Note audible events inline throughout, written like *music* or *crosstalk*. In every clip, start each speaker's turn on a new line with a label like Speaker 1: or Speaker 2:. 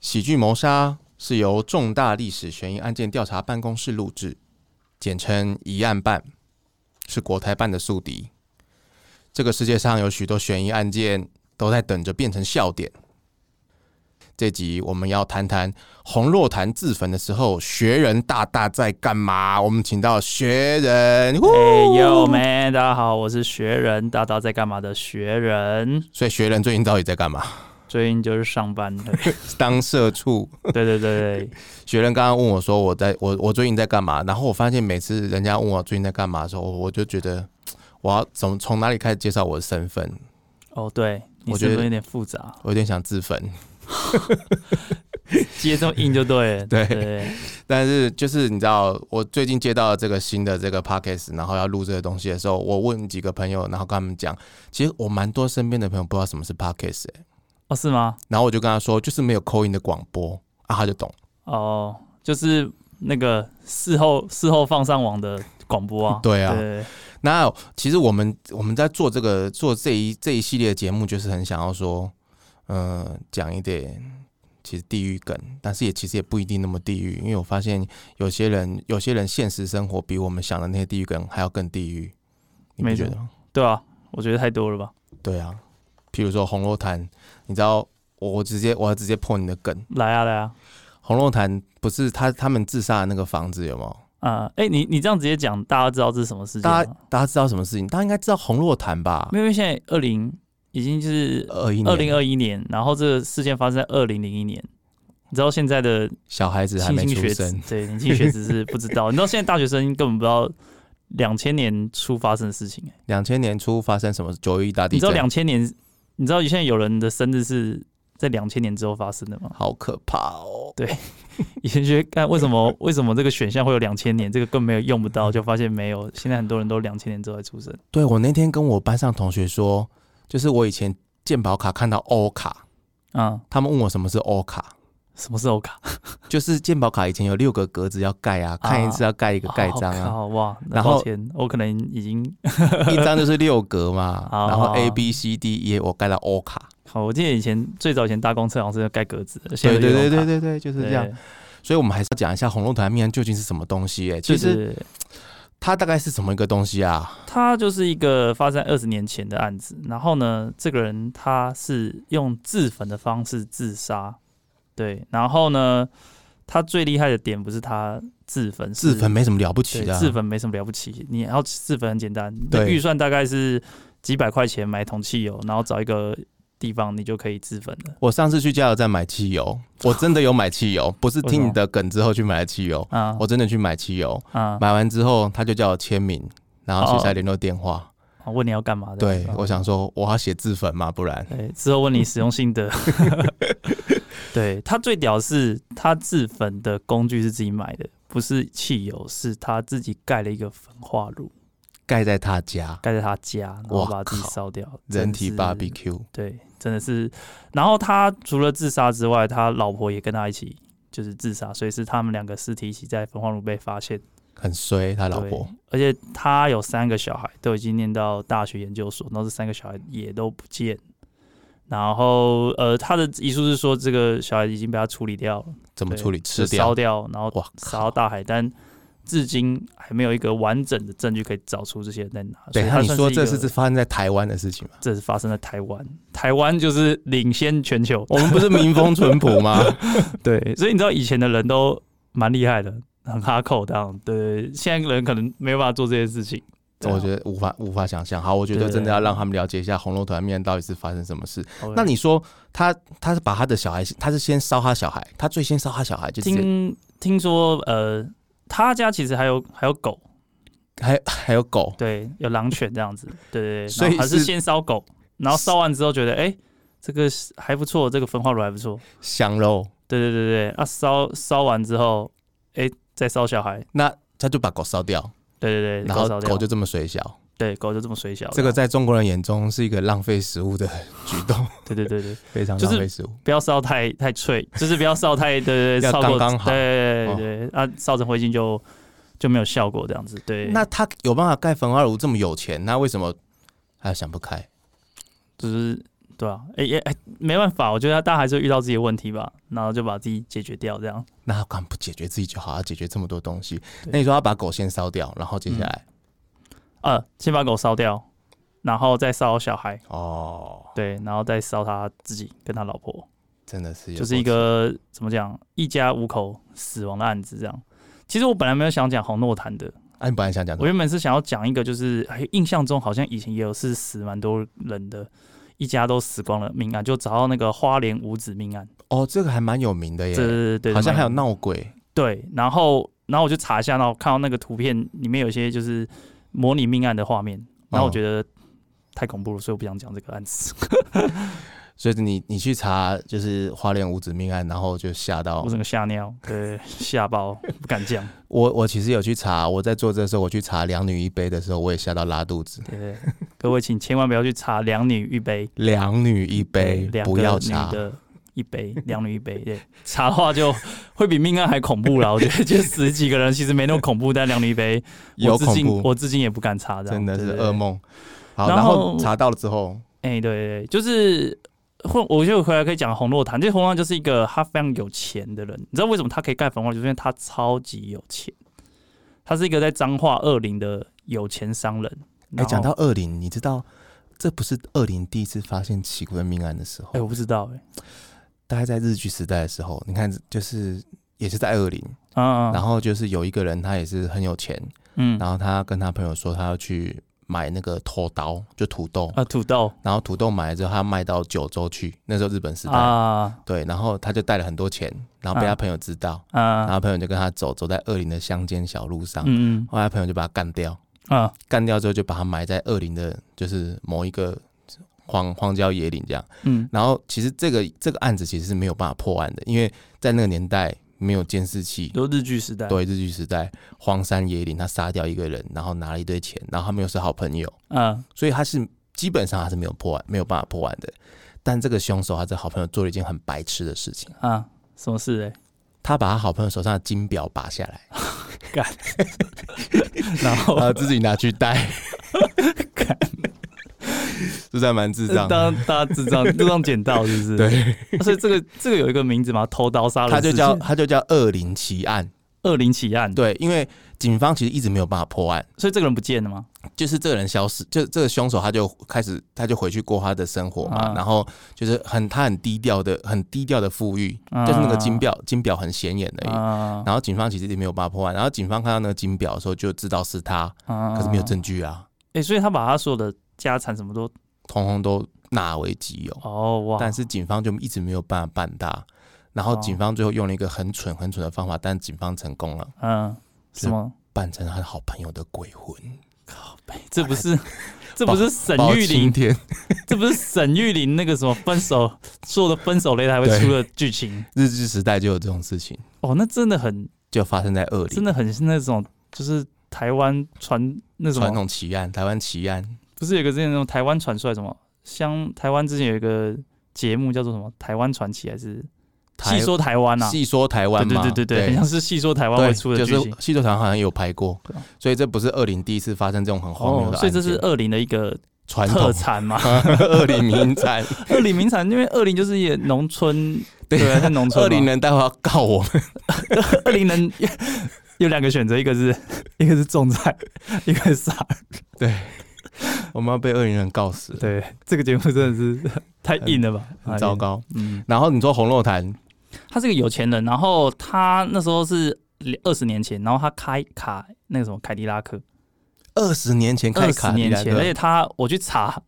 Speaker 1: 喜剧谋杀是由重大历史悬疑案件调查办公室录制，简称“疑案办”，是国台办的宿敌。这个世界上有许多悬疑案件都在等着变成笑点。这集我们要谈谈洪若潭自焚的时候，学人大大在干嘛？我们请到学人，
Speaker 2: 哎、
Speaker 1: 呼
Speaker 2: yo man，大家好，我是学人，大大在干嘛的学人？
Speaker 1: 所以学人最近到底在干嘛？
Speaker 2: 最近就是上
Speaker 1: *laughs*
Speaker 2: 班的，
Speaker 1: 当社畜。
Speaker 2: 对对对对，
Speaker 1: 学人刚刚问我说我在我我最近在干嘛，然后我发现每次人家问我最近在干嘛的时候，我我就觉得我要从从哪里开始介绍我的身份，
Speaker 2: 哦对，你
Speaker 1: 我
Speaker 2: 是
Speaker 1: 觉
Speaker 2: 不
Speaker 1: 得
Speaker 2: 是有点复杂？
Speaker 1: 我有点想自焚。
Speaker 2: 接这么硬就对
Speaker 1: *laughs*
Speaker 2: 了，
Speaker 1: 对
Speaker 2: 对，
Speaker 1: 但是就是你知道，我最近接到这个新的这个 podcast，然后要录这个东西的时候，我问几个朋友，然后跟他们讲，其实我蛮多身边的朋友不知道什么是 podcast，、欸、
Speaker 2: 哦是吗？
Speaker 1: 然后我就跟他说，就是没有扣音的广播啊，他就懂。
Speaker 2: 哦，就是那个事后事后放上网的广播啊，
Speaker 1: *laughs* 对啊
Speaker 2: 对
Speaker 1: 那其实我们我们在做这个做这一这一系列的节目，就是很想要说，呃，讲一点其实地狱梗，但是也其实也不一定那么地狱，因为我发现有些人有些人现实生活比我们想的那些地狱梗还要更地狱，你不
Speaker 2: 没
Speaker 1: 觉
Speaker 2: 错
Speaker 1: 得吗？
Speaker 2: 对啊，我觉得太多了吧？
Speaker 1: 对啊，譬如说红楼潭，你知道我我直接我要直接破你的梗，
Speaker 2: 来啊来啊，
Speaker 1: 红楼潭不是他他们自杀的那个房子有没有？
Speaker 2: 啊、哎、你你这样直接讲，大家知道这是什么事情
Speaker 1: 大
Speaker 2: 吗？
Speaker 1: 家大家知道什么事情？大家应该知道红洛潭吧
Speaker 2: 没？有，因为现在二零已经就是
Speaker 1: 二一
Speaker 2: 二
Speaker 1: 年，
Speaker 2: 零二一年，然后这个事件发生在二零零一年。你知道现在的
Speaker 1: 小孩子还
Speaker 2: 新
Speaker 1: 没
Speaker 2: 兴
Speaker 1: 出
Speaker 2: 学
Speaker 1: 生
Speaker 2: 子，，对年轻学子是不知道，你知道现在大学生根本不知道两千年初发生的事情、欸
Speaker 1: 两千年初发生什么九一大地
Speaker 2: 你知道
Speaker 1: 震？
Speaker 2: 两千年，你知道现在有人的生日是在两千年之后发生的吗？
Speaker 1: 好可怕哦！
Speaker 2: *laughs* 以前觉得干为什 *laughs* 么为什么这个选项会有两千年，这个更没有用不到，就发现没有。现在很多人都两千年之后才出生，
Speaker 1: 对我那天跟我班上同学说，就是我以前健保卡看到欧卡，
Speaker 2: 啊、嗯，
Speaker 1: 他们问我什么是欧卡，
Speaker 2: 什么时候卡？
Speaker 1: 就是健保卡以前有六个格子要盖啊，看一次要盖一个盖章啊，
Speaker 2: 好哦哇，那
Speaker 1: 然后
Speaker 2: 抱歉，我可能已 *laughs* 经，
Speaker 1: 一张就是六格嘛，
Speaker 2: 哦
Speaker 1: 然后 A B C D E 我盖到欧卡，
Speaker 2: 好，我记得以前最早以前搭公车好像是要盖格子的，现
Speaker 1: 对
Speaker 2: 在
Speaker 1: 对
Speaker 2: 就
Speaker 1: 对
Speaker 2: 用卡
Speaker 1: 对对对，就是这样。。所以我们还是要讲一下红肉团命案究竟是什么东西、哎，其
Speaker 2: 其
Speaker 1: 实
Speaker 2: 实
Speaker 1: 它大概是什么一个东西啊？
Speaker 2: 它就是一个发生二十年前的案子，然后呢，这个人他是用自焚的方式自杀，对，然后呢，他最厉害的点不是他自焚，
Speaker 1: 自
Speaker 2: 是
Speaker 1: 焚没什么了不
Speaker 2: 对
Speaker 1: 起的、啊，
Speaker 2: 自焚没什么了不起，你要自焚很简单，你
Speaker 1: 对
Speaker 2: 的预算大概是几百块钱买桶汽油，然后找一个地方你就可以自焚了。
Speaker 1: 我上次去加油站买汽油，我真的有买汽
Speaker 2: *laughs*
Speaker 1: 油，不是听你的梗之后去买的汽油，
Speaker 2: 啊
Speaker 1: 我真的去买汽油。
Speaker 2: 啊！
Speaker 1: 买完之后，他就叫我签名，然后写下联络电话。
Speaker 2: 我啊问你要干嘛的？啊
Speaker 1: 对
Speaker 2: 是吧，
Speaker 1: 我想说我要写自焚嘛，不然
Speaker 2: 对，之后问你使用
Speaker 1: *laughs*
Speaker 2: 心得。对他最屌是，他自焚的工具是自己买的，不是汽油，是他自己盖了一个焚化炉，
Speaker 1: 盖在他家，
Speaker 2: 盖在他家，然后
Speaker 1: 哇
Speaker 2: 把自己
Speaker 1: 靠
Speaker 2: 烧掉，
Speaker 1: 人体
Speaker 2: 真的是
Speaker 1: BBQ。
Speaker 2: 对，真的是。然后他除了自杀之外，他老婆也跟他一起就是自杀，所以是他们两个尸体一起在焚化炉被发现。
Speaker 1: 很衰，他老
Speaker 2: 对
Speaker 1: 婆
Speaker 2: 而且他有三个小孩，都已经念到大学研究所，然后这三个小孩也都不见。然后，呃，他的遗书是说，这个小孩已经被他处理掉了，
Speaker 1: 怎么
Speaker 2: 对
Speaker 1: 处理？吃
Speaker 2: 就烧
Speaker 1: 掉？
Speaker 2: 掉，然后
Speaker 1: 哇
Speaker 2: 撒到
Speaker 1: 靠！
Speaker 2: 大海，但至今还没有一个完整的证据可以找出这些人在哪。所
Speaker 1: 对
Speaker 2: 以
Speaker 1: 他，
Speaker 2: 他
Speaker 1: 你
Speaker 2: 算
Speaker 1: 说
Speaker 2: 一
Speaker 1: 这
Speaker 2: 个
Speaker 1: 是发生在台湾的事
Speaker 2: *laughs*
Speaker 1: 情吗？
Speaker 2: 这是发生在台湾，台湾就是领先
Speaker 1: *laughs*
Speaker 2: 全球，
Speaker 1: 我们不是民风淳朴吗？
Speaker 2: 对，所以你知道以前的人都蛮厉害的，很哈扣这样，对，现在人可能没有办法做这些事情。
Speaker 1: *laughs*
Speaker 2: 啊
Speaker 1: 我觉得无法无法想象。好，我觉得
Speaker 2: 对
Speaker 1: 真的要让他们了解一下红楼团面到底是发生什么事。
Speaker 2: 得
Speaker 1: 那你说他他是把他的小孩，他是先烧他小孩，他最先烧他小孩，就是
Speaker 2: 听听说，呃，他家其实还有还有狗，
Speaker 1: 还还有狗，
Speaker 2: 对，有狼犬这样子，对对对，
Speaker 1: 所以
Speaker 2: 然后还是
Speaker 1: 是
Speaker 2: 先烧狗，然后烧完之后觉得，哎、这个是还不错，这个焚化炉还不错，
Speaker 1: 香肉，
Speaker 2: 对对对对，啊，烧烧完之后，哎、再烧小孩，
Speaker 1: 那他就把狗烧掉，
Speaker 2: 对对对，
Speaker 1: 然后
Speaker 2: 烧掉
Speaker 1: 狗就这么水小，
Speaker 2: 对狗就这么水小，
Speaker 1: 这个，在中国人眼中是一个浪费食物的举
Speaker 2: *laughs*
Speaker 1: 动，
Speaker 2: 对对对对，
Speaker 1: 非常
Speaker 2: 就是
Speaker 1: 浪费食物。
Speaker 2: 不要烧太太脆，就是不要烧太对对
Speaker 1: 要
Speaker 2: 对，烧过
Speaker 1: 刚刚好哦
Speaker 2: 对对对对，啊，烧成灰烬就就没有效果这样子。对，
Speaker 1: 那他有办法盖焚化炉这么有钱，那为什么他想不开？
Speaker 2: 就是对啊，哎、也、哎没办法，我觉得大家还是会遇到自己的问题吧，然后就把自己解决掉，这样
Speaker 1: 那他干嘛不解决自己就好？要解决这么多东西。
Speaker 2: 对嗯
Speaker 1: 那你说他把狗先烧掉，然后接下来、
Speaker 2: 呃，先把狗烧掉，然后再烧小孩，
Speaker 1: 哦，
Speaker 2: 对，然后再烧他自己跟他老婆，
Speaker 1: 真的是有
Speaker 2: 就是一个怎么讲，一家五口死亡的案子这样。其实我本来没有想讲红诺坦的，
Speaker 1: 啊，你本来想讲什
Speaker 2: 我
Speaker 1: 么？
Speaker 2: 原本是想要讲一个，就是哎印象中好像以前也有是死蛮多人的，一家都死光了命案，就找到那个花莲五子命案，
Speaker 1: 哦，这个还蛮有名的耶，
Speaker 2: 对对对，
Speaker 1: 好像还有
Speaker 2: 那。
Speaker 1: 闹鬼
Speaker 2: 对，然后然后我就查一下，然后看到那个图片里面有一些就是模拟命案的画面，然
Speaker 1: 嗯
Speaker 2: 后我觉得太恐怖了，所以我不想讲这个案子。
Speaker 1: 所以你你去查就是花莲五子命案，然后就吓到
Speaker 2: *laughs* 我整个吓尿，对，吓爆，不敢
Speaker 1: *laughs*
Speaker 2: 讲。
Speaker 1: 我。我其实有去查，我在做这的时候，我去查两女一杯的时候，我也吓到拉肚子。
Speaker 2: 对，各位请千万不要去查两女一杯，
Speaker 1: 两女一杯，
Speaker 2: 两
Speaker 1: 不
Speaker 2: 个
Speaker 1: 要
Speaker 2: 女
Speaker 1: 查。
Speaker 2: 的。一杯，两女一杯，对，查的话就会比命案还恐怖啦。我觉得就十几个人其实没那么恐怖，但两女一杯，
Speaker 1: 有
Speaker 2: 我至
Speaker 1: 恐
Speaker 2: 今
Speaker 1: 怖，
Speaker 2: 我至今也不敢查这样，
Speaker 1: 真的是
Speaker 2: 对
Speaker 1: 噩。梦。好，
Speaker 2: 然
Speaker 1: 然
Speaker 2: 后
Speaker 1: 后查到了之后，
Speaker 2: 哎、对对对，就是或我觉得回来可以讲洪若潭，这洪若潭就是一个他非常有钱的人，你知道为什么他可以盖房屋，就是因为他超级有钱，他是一个在彰化二林的有钱商人。
Speaker 1: 哎，
Speaker 2: 然后
Speaker 1: 讲到二零，你知道这不是二零第一次发现奇怪的命案的时
Speaker 2: 哎、
Speaker 1: 候，
Speaker 2: 我不知道哎、
Speaker 1: 大概在日据时代的时候，你看就是也是在二零，
Speaker 2: 啊，
Speaker 1: 然
Speaker 2: 后
Speaker 1: 后就是有一个人他也是很有钱，
Speaker 2: 嗯
Speaker 1: 然后他跟他朋友说他要去买那个头刀，就土豆，
Speaker 2: 啊土豆
Speaker 1: 然后土豆买了之后他卖到九州去，那时候日本时代，
Speaker 2: 啊
Speaker 1: 对，然后他就带了很多钱，然后被
Speaker 2: 啊
Speaker 1: 他朋友知道，然
Speaker 2: 啊
Speaker 1: 后朋友就跟他走，走在二林的乡间小路上，
Speaker 2: 嗯
Speaker 1: 后来朋友就把他干掉，
Speaker 2: 嗯啊
Speaker 1: 干掉之后就把他埋在二林的，就是某一个荒荒郊野岭这样。
Speaker 2: 嗯
Speaker 1: 然后其实这个这个案子其实是没有办法破案的，因为在那个年代没有监视器，
Speaker 2: 都日剧时代
Speaker 1: 对日据时代荒山野岭，他杀掉一个人，然后拿了一堆钱，然后他们又是好朋友，
Speaker 2: 啊
Speaker 1: 所以他是基本上他是没有破案，没有办法破案的。但这个凶手他这好朋友做了一件很白痴的事情，
Speaker 2: 啊什么事哎、
Speaker 1: *laughs* 他把他好朋友手上的金表拔下来，
Speaker 2: 然后
Speaker 1: 然后自己拿去戴，
Speaker 2: *laughs*
Speaker 1: 是不是还蛮智障？
Speaker 2: 当大家智障智障捡到是不
Speaker 1: *laughs*
Speaker 2: 是？
Speaker 1: 对，
Speaker 2: 所以这个这个有一个名字嘛，偷刀杀人
Speaker 1: 他
Speaker 2: 事
Speaker 1: 就
Speaker 2: 件，
Speaker 1: 叫他就叫二零奇案，
Speaker 2: 二零起案，
Speaker 1: 对，因为警方其实一直没有办法破案，
Speaker 2: 所以这个人不见了吗？
Speaker 1: 就是这个人消失，就这个凶手他就开始他就回去过他的生活嘛，
Speaker 2: 啊
Speaker 1: 然后就是很他很低调的很低调的富裕，
Speaker 2: 啊
Speaker 1: 嗯就是那个金表金表很显眼而已。
Speaker 2: 啊
Speaker 1: 然后警方其实也没有办法破案，然后警方看到那个金表的时候就知道是他，
Speaker 2: 啊
Speaker 1: 可是没有证据啊，
Speaker 2: 哎、所以他把他所有的家产什么都
Speaker 1: 通通都纳为己有。
Speaker 2: 哦哇，
Speaker 1: 但是警方就一直没有办法办他，然后
Speaker 2: 哦
Speaker 1: 警方最后用了一个很蠢很蠢的方法，但警方成功了，
Speaker 2: 嗯什么？
Speaker 1: 扮成他的好朋友的鬼魂，
Speaker 2: 这不
Speaker 1: *laughs*
Speaker 2: 是这不是沈
Speaker 1: 包
Speaker 2: 玉
Speaker 1: 青
Speaker 2: 玲，
Speaker 1: 天。
Speaker 2: 这不是沈玉玲那个什么分手做的分手擂台会
Speaker 1: 对
Speaker 2: 出的剧情
Speaker 1: 日治时代就有这种事情，
Speaker 2: 哦，那真的很
Speaker 1: 就发生在二
Speaker 2: 真
Speaker 1: 零。
Speaker 2: 的很是那种就是台湾传那什
Speaker 1: 传
Speaker 2: 么，
Speaker 1: 统奇案，台湾奇案，
Speaker 2: 不是有个之前那种台湾传出来什么，像台湾之前有一个节目叫做什么《台湾传奇》还是
Speaker 1: 台
Speaker 2: 细说台湾啊？
Speaker 1: 细说台湾
Speaker 2: 对
Speaker 1: 嘛，
Speaker 2: 对对对对， *laughs* 很像是细说台湾会出
Speaker 1: 对，就
Speaker 2: 的剧
Speaker 1: 是
Speaker 2: 情。
Speaker 1: 细说台湾好像也有拍过
Speaker 2: 对啊，
Speaker 1: 所以这不是二零第一次发生这种很荒谬
Speaker 2: 哦
Speaker 1: 的，案
Speaker 2: 所以
Speaker 1: 件，
Speaker 2: 这是二零的一个
Speaker 1: 传
Speaker 2: 特
Speaker 1: 统 *laughs*
Speaker 2: 产嘛。
Speaker 1: 二零名产，
Speaker 2: 二零名产，因为二零就是也
Speaker 1: *laughs*
Speaker 2: 农村， *laughs* 对啊，在农村嘛。
Speaker 1: 二零人待会要告我们，
Speaker 2: 二零人 *laughs* 有两个选择，一个是 *laughs* 一个是种菜， *laughs* 一个是杀人。
Speaker 1: 我们要被二零人告死，
Speaker 2: 对，这个节目真的是太硬了吧，
Speaker 1: 很糟。糕。
Speaker 2: 嗯，
Speaker 1: 然后你说红肉坛，
Speaker 2: 他是个有钱人，然后他那时候是二十年前，然后他开卡那个什么凯迪拉克，
Speaker 1: 二十年前
Speaker 2: 二
Speaker 1: 开
Speaker 2: 十
Speaker 1: 卡迪
Speaker 2: 年
Speaker 1: 拉
Speaker 2: 前，而
Speaker 1: 克，
Speaker 2: 且他我去查，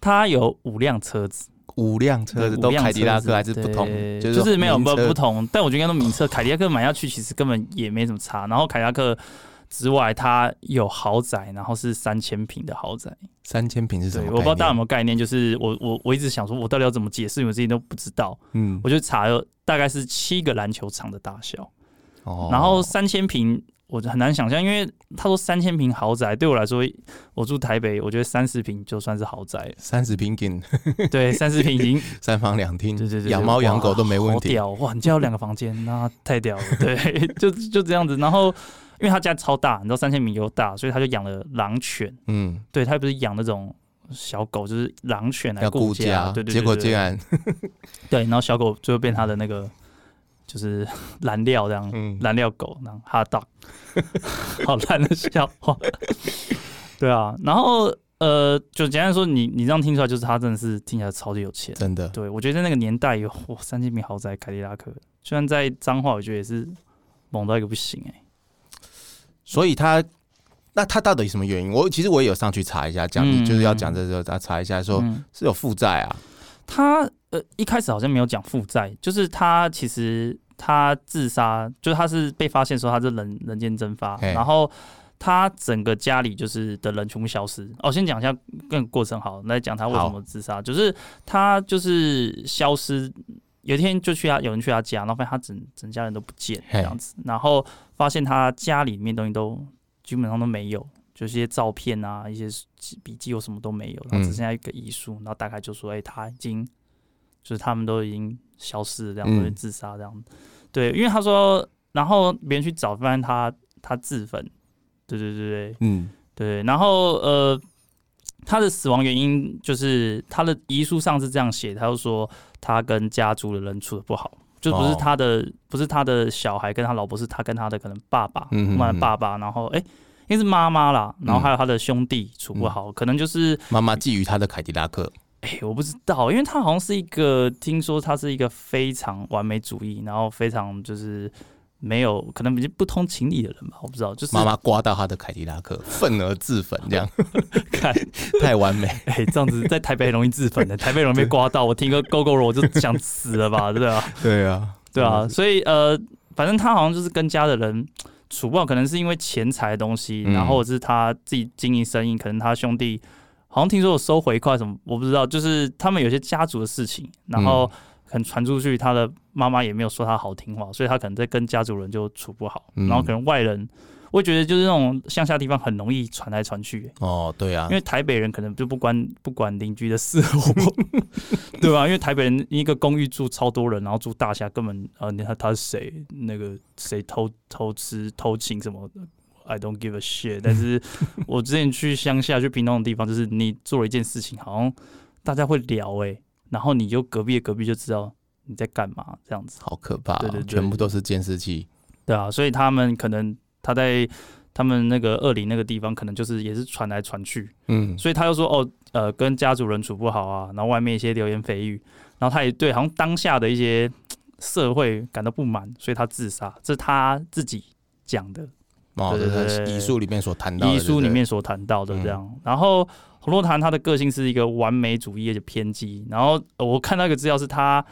Speaker 2: 他有五辆车子。
Speaker 1: 五辆车子都
Speaker 2: 五辆
Speaker 1: 凯迪拉克
Speaker 2: 车子
Speaker 1: 还是不同
Speaker 2: 对，
Speaker 1: 就是
Speaker 2: 就是没有
Speaker 1: 名
Speaker 2: 不
Speaker 1: 车
Speaker 2: 不同，但我觉得应该都名车，凯迪拉克买下去其实根本也没什么差。然后凯迪拉克之外，它有豪宅，然后是三千平的豪宅。
Speaker 1: 三千平是什
Speaker 2: 对，
Speaker 1: 么？
Speaker 2: 我不知道大家有，没有概念，就是我我我一直想说，我到底要怎么解释，我自己都不知道。
Speaker 1: 嗯，
Speaker 2: 我就查了，大概是七个篮球场的大小，
Speaker 1: 哦
Speaker 2: 然后三千平。我就很难想象，因为他说三千平豪宅，对我来说，我住台北，我觉得三十平就算是豪宅了
Speaker 1: 三十平仅
Speaker 2: 对，三十平已经
Speaker 1: *laughs* 三房两厅，
Speaker 2: 对对对对，
Speaker 1: 养猫养狗都没
Speaker 2: 哇
Speaker 1: 问
Speaker 2: 好
Speaker 1: 题，
Speaker 2: 屌哇！你家有两个房间，那太屌了。
Speaker 1: *laughs*
Speaker 2: 对， *laughs* 就就这样子。然后，因为他家超大，你知道三千米又大，所以他就养了狼犬。
Speaker 1: 嗯，
Speaker 2: 对他不是养那种小狗，就是狼犬来
Speaker 1: 要顾
Speaker 2: 家，对对对
Speaker 1: 结果
Speaker 2: 对
Speaker 1: 竟然，
Speaker 2: 对，然后小狗最后变他的那个就是 *laughs* 燃料这样，
Speaker 1: 嗯，
Speaker 2: 燃料狗，然后哈到， *laughs* 好烂的笑话。对啊，然后呃，就简单说你，你这样听出来，就是他真的是听起来超级有钱。
Speaker 1: 真的，
Speaker 2: 对，我觉得在那个年代有哇，三千平豪宅、凯迪拉克，虽然在彰化，我觉得也是猛到一个不行哎、
Speaker 1: 所以他。那他到底什么原因？我其实我也有上去查一下，讲你
Speaker 2: 嗯
Speaker 1: 就是要讲这个，啊，查一下说
Speaker 2: 嗯
Speaker 1: 是有负债啊，
Speaker 2: 他呃一开始好像没有讲负债，就是他其实他自杀，就是他是被发现说他是人人间蒸发，
Speaker 1: 嘿
Speaker 2: 然后他整个家里就是的人全部消失。哦，先讲一下更过程好，来讲他为什么自杀，就是他就是消失。有一天就去他，有人去他家，然后发现他整整家人都不见
Speaker 1: 嘿
Speaker 2: 这样子，然后发现他家里面东西都基本上都没有，就是一些照片啊、一些笔记我什么都没有，然后
Speaker 1: 嗯
Speaker 2: 只剩下一个遗书，然后大概就说，哎、他已经就是他们都已经消失了，这样
Speaker 1: 嗯
Speaker 2: 都是自杀这样。对，因为他说，然后别人去找，发现他他自焚。对对对对
Speaker 1: 嗯，
Speaker 2: 对，然后呃，他的死亡原因就是他的遗书上是这样写，他就说他跟家族的人处的不好，就不是
Speaker 1: 哦
Speaker 2: 他的、不是他的小孩跟他老婆，是他跟他的可能爸爸，
Speaker 1: 嗯嗯
Speaker 2: 他
Speaker 1: 嗯
Speaker 2: 的爸爸，然后哎。因为是妈妈啦，然后
Speaker 1: 嗯
Speaker 2: 还有他的兄弟处不好，可能就是
Speaker 1: 妈妈觊觎他的凯迪拉克，
Speaker 2: 哎、我不知道，因为他好像是一个，听说他是一个非常完美主义，然后非常就是没有可能比较不通情理的人吧，我不知道，就是
Speaker 1: 妈妈刮到他的凯迪拉 *laughs* 克，愤而自焚，这样
Speaker 2: *laughs*
Speaker 1: *laughs*
Speaker 2: 看，
Speaker 1: 太完美。
Speaker 2: 哎、这样子在台北很容易自焚的，台北容易被刮到，我听个 Go Go 我就想死了吧，对吧、
Speaker 1: 对啊，
Speaker 2: 对啊，所以呃，反正他好像就是跟家的人处不好，可能是因为钱财的东西，
Speaker 1: 嗯
Speaker 2: 然后或者是他自己经营生意，可能他兄弟好像听说有收回扣还是啊什么，我不知道，就是他们有些家族的事情，然后
Speaker 1: 嗯
Speaker 2: 可能传出去，他的妈妈也没有说他好听话，所以他可能在跟家族人就处不好，
Speaker 1: 嗯
Speaker 2: 然后可能外人。我觉得就是那种乡下地方很容易传来传去、欸
Speaker 1: 哦，对啊
Speaker 2: 因，为台北人可能就不管 *laughs* 不管邻居的死活， *laughs* 对吧、因为台北人一个公寓住超多人，然后住大厦，根本呃，你看他是谁，那个谁偷偷吃偷情什么的，I don't give a shit。但是我之前去乡下去平东的地方，就是你做了一件事情，好像大家会聊哎、然后你就隔壁的隔壁就知道你在干嘛这样子。
Speaker 1: 好可怕、啊，
Speaker 2: 对对对
Speaker 1: 全部都是监视器。
Speaker 2: 对啊，所以他们可能他在他们那个二里那个地方，可能就是也是传来传去。
Speaker 1: 嗯，
Speaker 2: 所以他又说哦，呃，跟家族人处不好啊，然后外面一些流言蜚语，然后他也对好像当下的一些嘖社会感到不满，所以他自杀，这是他自己讲的，
Speaker 1: 哦，
Speaker 2: 对
Speaker 1: 这
Speaker 2: 对对
Speaker 1: 是
Speaker 2: 对
Speaker 1: 遗书里面所谈到的，
Speaker 2: 遗书里
Speaker 1: 对不对
Speaker 2: 面所谈到的
Speaker 1: 嗯
Speaker 2: 这样。然后洪若潭他的个性是一个完美主义而且偏激，然后呃我看到一个资料是他。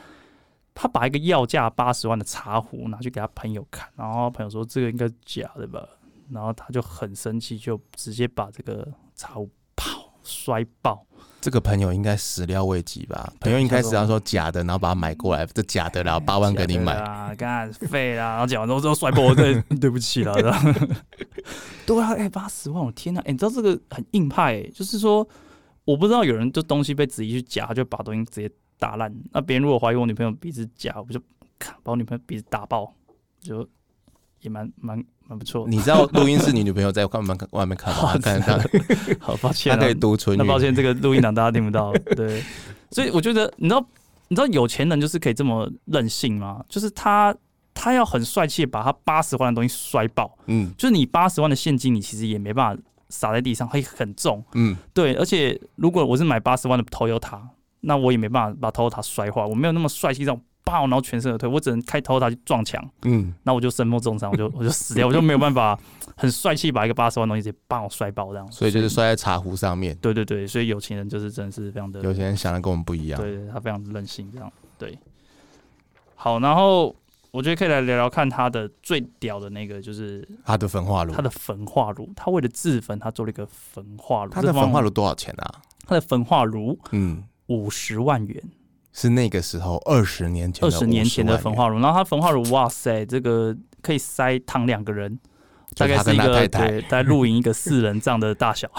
Speaker 2: 他把一个要价八十万的茶壶拿去给他朋友看，然后朋友说这个应该是假的吧，然后他就很生气，就直接把这个茶壶啪摔爆，
Speaker 1: 这个朋友应该始料未及吧？
Speaker 2: 对
Speaker 1: 朋友应该知道说假的，然后把它买过来，这假的啦，八万给你买，
Speaker 2: 啊，干废啦！然后讲完之后说甩锅，对 *laughs* 对不起啦，这样 *laughs* 对啊，哎，八十万，我天呐，哎，你知道这个很硬派、哎，就是说，我不知道有人就东西被子怡去夹，他就把东西直接打烂。那别人如果怀疑我女朋友鼻子夹，我就看把我女朋友鼻子打爆，就也蛮蛮蛮不错的。
Speaker 1: 你知道录音室你女朋友在外面看外面
Speaker 2: *laughs*
Speaker 1: 看吗？她看她
Speaker 2: 好，抱歉、
Speaker 1: 她
Speaker 2: 啊，
Speaker 1: 可以读唇语，
Speaker 2: 那抱歉，这个录音档大家听
Speaker 1: *laughs*
Speaker 2: 不到。对，所以我觉得，你知道，你知道有钱人就是可以这么任性吗？就是他他要很帅气，把他八十万的东西摔爆。
Speaker 1: 嗯
Speaker 2: 就是你八十万的现金，你其实也没办法撒在地上，会很重。
Speaker 1: 嗯，
Speaker 2: 对，而且如果我是买八十万的 Toyota，那我也没办法把 Toyota 摔坏，我没有那么帅气这样。爆，然后全身而退，我只能开 Toyota 去撞墙，
Speaker 1: 嗯，
Speaker 2: 那我就身负重伤，我就我就死掉，我就没有办法很帅气把一个八十万的东西直接爆摔爆这样。
Speaker 1: 所以就是摔在茶壶上面。
Speaker 2: 对对对，所以有钱人就是真的是非常的
Speaker 1: 有啊些人想的跟我们不一样，
Speaker 2: 对，他非常任性，这样对。好，然后我觉得可以来聊聊看他的最屌的那个，就是
Speaker 1: 他的焚化炉
Speaker 2: 他，的焚化炉。他为了自焚，他做了一个焚化炉。
Speaker 1: 他
Speaker 2: 这
Speaker 1: 的
Speaker 2: 方
Speaker 1: 焚化，炉多少钱啊？
Speaker 2: 他的焚化炉
Speaker 1: 嗯，
Speaker 2: 五十万元，
Speaker 1: 是那个时候二十年前，
Speaker 2: 二十年前的
Speaker 1: 焚
Speaker 2: 焚，化炉。然后他焚化炉，哇塞，这个可以塞躺两个人，大
Speaker 1: 就
Speaker 2: 概
Speaker 1: 他跟
Speaker 2: 是一
Speaker 1: 他
Speaker 2: 个
Speaker 1: 太太
Speaker 2: 对，在露营一个四人帐的
Speaker 1: *laughs*
Speaker 2: 大小。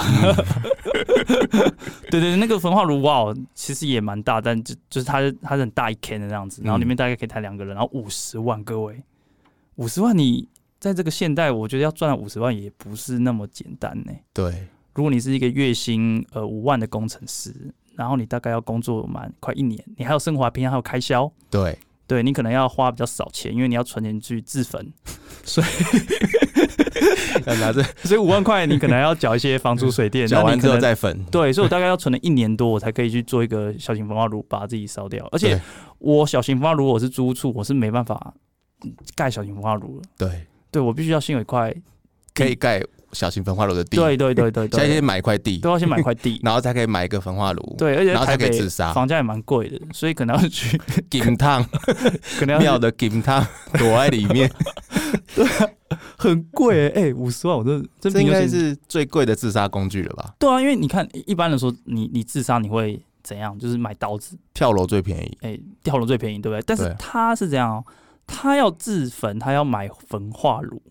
Speaker 2: 对对，那个焚化炉哇哦，其实也蛮大，但就就是它它是很大一 can 的那样子，然后里
Speaker 1: 嗯
Speaker 2: 面大概可以抬两个人，然后五十万，各位，五十万你在这个现代，我觉得要赚五十万也不是那么简单呢、
Speaker 1: 对，
Speaker 2: 如果你是一个月薪呃五万的工程师，然后你大概要工作满快一年，你还有生活平常还有开销，
Speaker 1: 对，
Speaker 2: 对你可能要花比较少钱，因为你要存钱去自焚， *laughs*
Speaker 1: 要拿着 *laughs*
Speaker 2: 所以五万块你可能还要缴一些房租、水电，
Speaker 1: 嗯缴
Speaker 2: 那
Speaker 1: 完
Speaker 2: 你
Speaker 1: 之
Speaker 2: 可
Speaker 1: 后
Speaker 2: 能
Speaker 1: 再粉，
Speaker 2: 对，所以我大概要存了一年多，我才可以去做一个小型焚化炉，把自己烧掉。而且
Speaker 1: 对
Speaker 2: 我小型焚化炉我是租屋处，我是没办法嗯盖小型焚化炉了。
Speaker 1: 对，
Speaker 2: 对我必须要先有一块，
Speaker 1: 可以盖小型焚化炉的地，
Speaker 2: 对对对对
Speaker 1: 现在
Speaker 2: 对，
Speaker 1: 先买一块地，
Speaker 2: 都要先买
Speaker 1: *laughs*
Speaker 2: 块地。
Speaker 1: 然后才可以买一个焚化炉，
Speaker 2: 对，而且
Speaker 1: 然后
Speaker 2: 在台
Speaker 1: 才可以
Speaker 2: 北
Speaker 1: 自杀。
Speaker 2: 房价也蛮贵的，所以可能要
Speaker 1: *laughs*
Speaker 2: 去，
Speaker 1: 金
Speaker 2: *laughs*
Speaker 1: 汤
Speaker 2: 可能
Speaker 1: 庙
Speaker 2: 要去
Speaker 1: 的金
Speaker 2: *laughs*
Speaker 1: 汤躲在里面，
Speaker 2: 很贵哎、五十万，我真的真
Speaker 1: 这
Speaker 2: 没
Speaker 1: 应
Speaker 2: 有
Speaker 1: 该
Speaker 2: 钱
Speaker 1: 是最贵的自杀工具了吧？
Speaker 2: 对啊，因为你看一般来说，你你自杀你会怎样？就是买刀子，
Speaker 1: 跳楼最便宜，
Speaker 2: 哎、跳楼最便宜，对不对？但是
Speaker 1: 对
Speaker 2: 他是这样、哦，他要自焚，他要买焚化炉，